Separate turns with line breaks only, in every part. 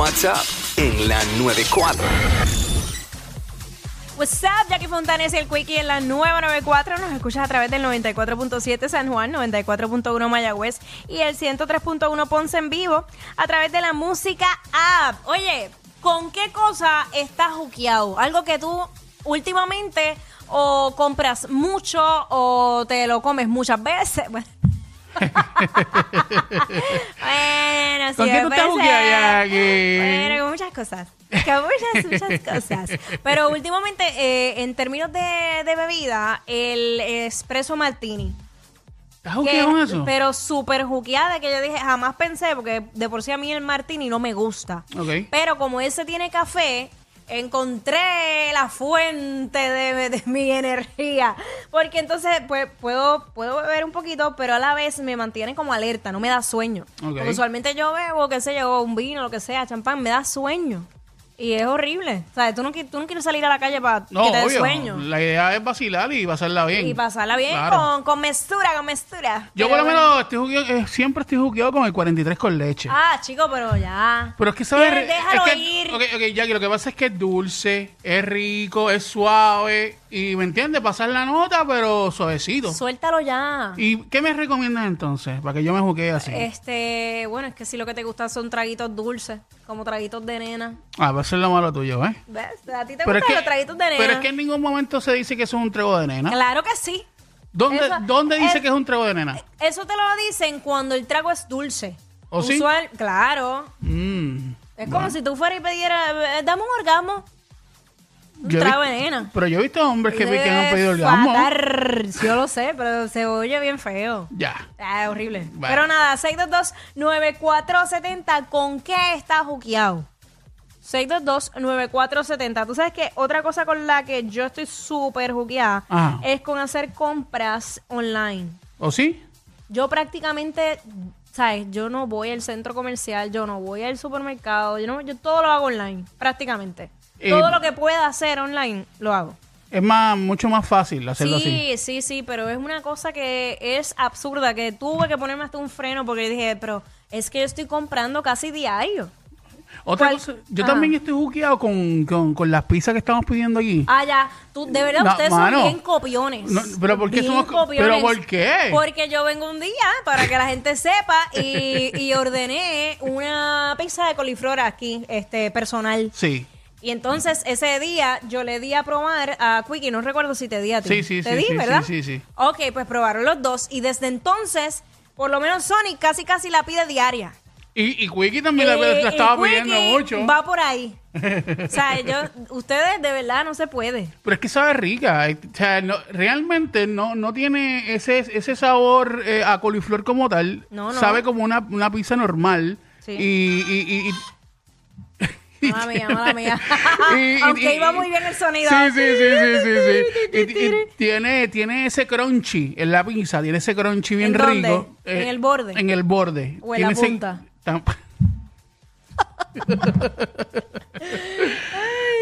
WhatsApp en la 94.
What's up, Jackie Fontanes, el Quickie en la 994. Nos escuchas a través del 94.7 San Juan, 94.1 Mayagüez y el 103.1 Ponce en vivo a través de la música app. Oye, ¿con qué cosa estás juqueado? Algo que tú últimamente o compras mucho o te lo comes muchas veces. Bueno, bueno sí,
¿Con qué tú
puede
estás juqueada,
ser.
Jackie?
Bueno, con muchas cosas. Con muchas, muchas cosas. Pero últimamente, eh, en términos de, de bebida, el espresso martini.
¿Estás
Que-
juqueado con eso?
Pero súper juqueada que yo dije, jamás pensé, porque de por sí a mí el martini no me gusta.
Ok.
Pero como ese tiene café, encontré la fuente de, de mi energía. Porque entonces pues, puedo, puedo beber un poquito, pero a la vez me mantiene como alerta, no me da sueño.
Ok.
Porque usualmente yo bebo, qué sé yo, un vino, lo que sea, champán, me da sueño. Y es horrible. O sea, tú no, qui- tú no quieres salir a la calle para
no,
que te dé
obvio.
sueño.
La idea es vacilar y pasarla bien.
Y pasarla bien
Claro.
con, con mesura, con mesura. Pero
Yo por lo
bueno.
menos estoy juqueado, eh, siempre estoy juqueado con el 43 con leche.
Ah, chico, pero ya.
Pero es que sabe...
Pierre,
es
déjalo
que-
ir.
Ok, ok, Jackie, lo que pasa es que es dulce, es rico, es suave. Y, ¿me entiendes? Pasar la nota, pero suavecito.
Suéltalo ya.
¿Y qué me recomiendas entonces? Para que yo me juquee así.
Este, bueno, es que si lo que te gusta son traguitos dulces, como traguitos de nena.
Ah, va a ser lo malo tuyo, ¿eh?
¿Ves? A ti te
Pero
gustan
es, que,
los traguitos de nena.
pero es que en ningún momento se dice que eso es un trago de nena.
Claro que sí.
¿Dónde,
eso-
¿dónde dice
es- eh,
que es un trago de nena?
Eso te lo dicen cuando el trago es dulce.
¿O ¿Oh, sí?
Usual, claro.
Mm.
Es como si tú fueras y pidieras, eh, dame un orgasmo. Un
Yo he
trago de
vi-
nena.
Pero yo he visto hombres que, que han
Debe
pedido orgasmo.
fatar. Yo lo sé, pero se oye bien feo.
Ya.
Ah, horrible.
Bueno.
Pero nada, 622-9470, ¿con qué está juqueado? 622-9470. Tú sabes que otra cosa con la que yo estoy súper juqueada
Ajá.
es con hacer compras online.
¿O sí?
Yo prácticamente, ¿sabes? Yo no voy al centro comercial, yo no voy al supermercado, yo, no, yo todo lo hago online, prácticamente.
Eh,
todo lo que pueda hacer online, lo hago.
Es más, mucho más fácil hacerlo así.
Sí, sí, sí, pero es una cosa que es absurda, que tuve que ponerme hasta un freno porque dije, pero es que yo estoy comprando casi diario.
Otra
¿Cuál?
cosa, yo
Ajá.
también estoy juqueado con, con, con las pizzas que estamos pidiendo aquí.
Ah, ya, tú, de verdad,
No,
ustedes
mano.
son bien copiones.
No, pero ¿por qué
Bien
somos co- pero ¿por qué?
Porque yo vengo un día, para que la gente sepa, y, y ordené una pizza de coliflor aquí, este, personal.
Sí.
Y entonces ese día yo le di a probar a Quickie, no recuerdo si te di a ti.
Sí, sí,
¿Te
sí,
di,
sí,
¿verdad?
sí, sí, sí.
Ok, pues probaron los dos y desde entonces, por lo menos Sonic casi casi la pide diaria.
Y, y Quickie también la,
Eh,
la
y
estaba
Quickie
pidiendo mucho.
Va por ahí. o sea, yo, ustedes de verdad no se puede.
Pero es que sabe rica. eh, O sea, no- realmente no, no tiene ese, ese sabor eh, a coliflor como tal.
No, no.
Sabe como una, una pizza normal.
Sí.
Y, y- y- y-
Mala mía, mala mía.
y- y-
Aunque
y-
iba muy bien el sonido.
Sí, sí, sí, sí, sí, sí. Y- y tiene, tiene ese crunchy en la pizza, tiene ese crunchy bien
¿En dónde?
rico. eh,
¿En el borde?
En el borde.
¿O en la
Tiene ese-
punta?
tam-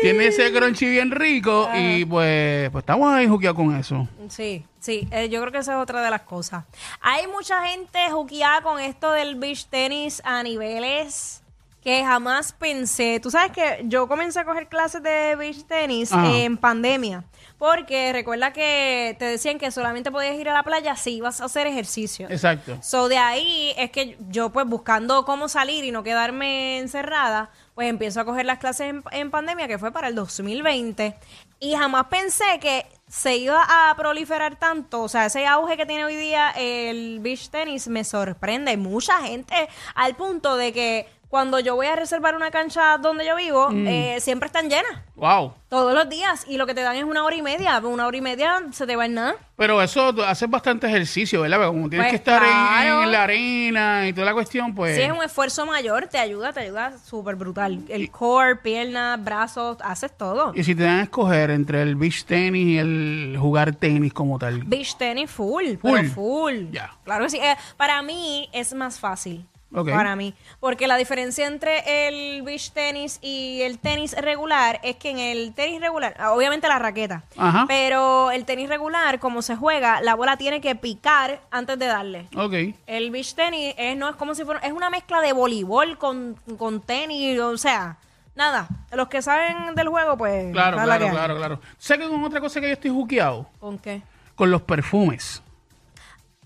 tiene ese crunchy bien rico y pues, pues estamos ahí juqueados con eso.
Sí, sí, eh, yo creo que esa es otra de las cosas. Hay mucha gente juqueada con esto del beach tenis a niveles que jamás pensé. Tú sabes que yo comencé a coger clases de beach tenis
Ajá.
en pandemia, porque recuerda que te decían que solamente podías ir a la playa si ibas a hacer ejercicio.
Exacto.
So de ahí es que yo pues buscando cómo salir y no quedarme encerrada, pues empiezo a coger las clases en, en pandemia que fue para el 2020 y jamás pensé que se iba a proliferar tanto, o sea, ese auge que tiene hoy día el beach tenis me sorprende, Hay mucha gente al punto de que cuando yo voy a reservar una cancha donde yo vivo, eh, siempre están llenas.
Wow.
Todos los días, y lo que te dan es una hora y media. Una hora y media se te va en nada.
Pero eso tú haces bastante ejercicio, ¿verdad? Porque como tienes
Pues
que estar en-
claro.
en, la arena y toda la cuestión, pues.
Si es un esfuerzo mayor, te ayuda, te ayuda súper brutal. El core, piernas, brazos, haces todo.
Y si te dan a escoger entre el beach tenis y el jugar tenis como tal.
Beach tenis full,
Full.
pero full.
Ya.
Claro que sí. Eh, para mí es más fácil.
Ok.
para mí. Porque la diferencia entre el beach tenis y el tenis regular es que en el tenis regular, ah, obviamente la raqueta,
Ajá.
pero el tenis regular, como se juega, la bola tiene que picar antes de darle.
Ok.
El beach tenis es, no es como si fuera, es una mezcla de voleibol con, con tenis, o sea, nada. Los que saben del juego, pues.
Claro,
a la
claro,
que hay.
claro, claro. Sé que con otra cosa que yo estoy juqueado,
¿Con qué?
con los perfumes.